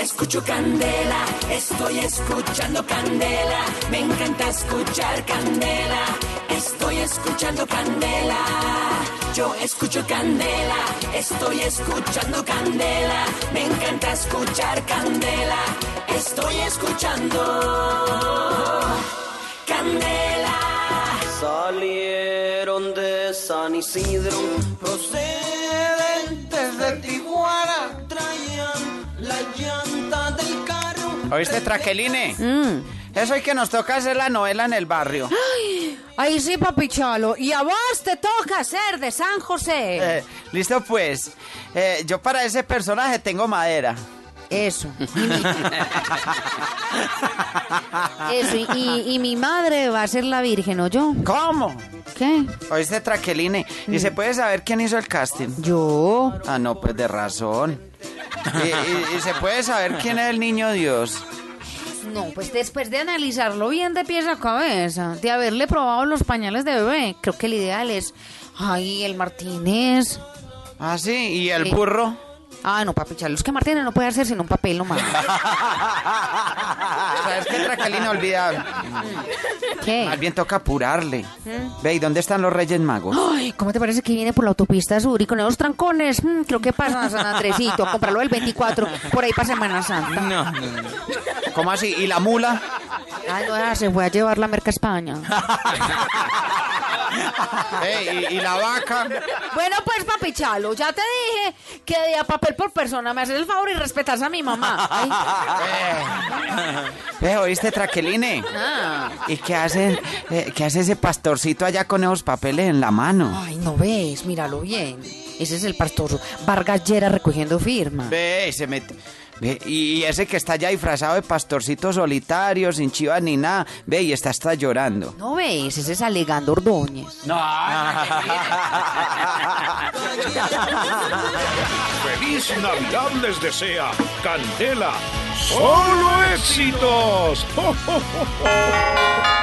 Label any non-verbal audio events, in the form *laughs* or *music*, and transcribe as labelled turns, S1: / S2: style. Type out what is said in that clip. S1: escucho Candela, estoy escuchando Candela, me encanta escuchar Candela, estoy escuchando Candela, yo escucho Candela, estoy escuchando Candela, me encanta escuchar Candela, estoy escuchando Candela.
S2: Salieron de San Isidro, procedentes de Tijuana, traían la llanta del carro.
S3: ¿Oíste, Traqueline?
S4: Mm.
S3: Eso hay que nos toca hacer la novela en el barrio.
S4: Ahí sí, papi Chalo. Y a vos te toca ser de San José.
S3: Eh, Listo, pues. Eh, yo para ese personaje tengo madera.
S4: Eso. Eso. Y, y- y mi madre va a ser la virgen, ¿o yo?
S3: ¿Cómo?
S4: ¿Qué?
S3: ¿Oíste, Traqueline? ¿Y se puede saber quién hizo el casting?
S4: Yo.
S3: Ah, no, pues de razón. ¿Y, y- y se puede saber quién es el niño Dios?
S4: No, pues después de analizarlo bien de pies a cabeza, de haberle probado los pañales de bebé, creo que el ideal es. Ay, el Martínez.
S3: Ah, sí, ¿y
S4: Sí.
S3: el burro?
S4: Ah, no, papi Chalo, es que Martínez no puede hacer sino un papel nomás.
S3: ¿Sabes qué, Traqueline? Olvidable. Más
S4: ¿Qué?
S3: bien toca apurarle. Ve, ¿y dónde están los Reyes Magos?
S4: Ay, ¿cómo te parece que viene por la autopista sur y con esos trancones? Mm, creo que pasa a San Andresito, comprarlo el 24, por ahí para Semana Santa.
S3: No, ¿Cómo así? ¿Y la mula?
S4: Ay, no, ya se voy a llevar la merca a España.
S3: *laughs* Ey, ¿y, y la vaca?
S4: Bueno, pues, papi Chalo, ya te dije que de a papel por persona me haces el favor y respetas a mi mamá. Ay,
S3: Eh, ¿Oíste, Traqueline?
S4: ah.
S3: ¿Y qué hace, eh, qué hace ese pastorcito allá con esos papeles en la mano?
S4: Ay, no ves, míralo bien. Ese es el pastor Vargas Llera recogiendo firma.
S3: Ve, y se mete... Ve, y y ese que está allá disfrazado de pastorcito solitario, sin chivas ni nada. Ve, y está hasta llorando.
S4: No ves, ese es Alegando Ordóñez.
S3: *laughs* No.
S5: Feliz Navidad les desea Candela. Solo éxitos. ¡Jo, jo, jo, jo!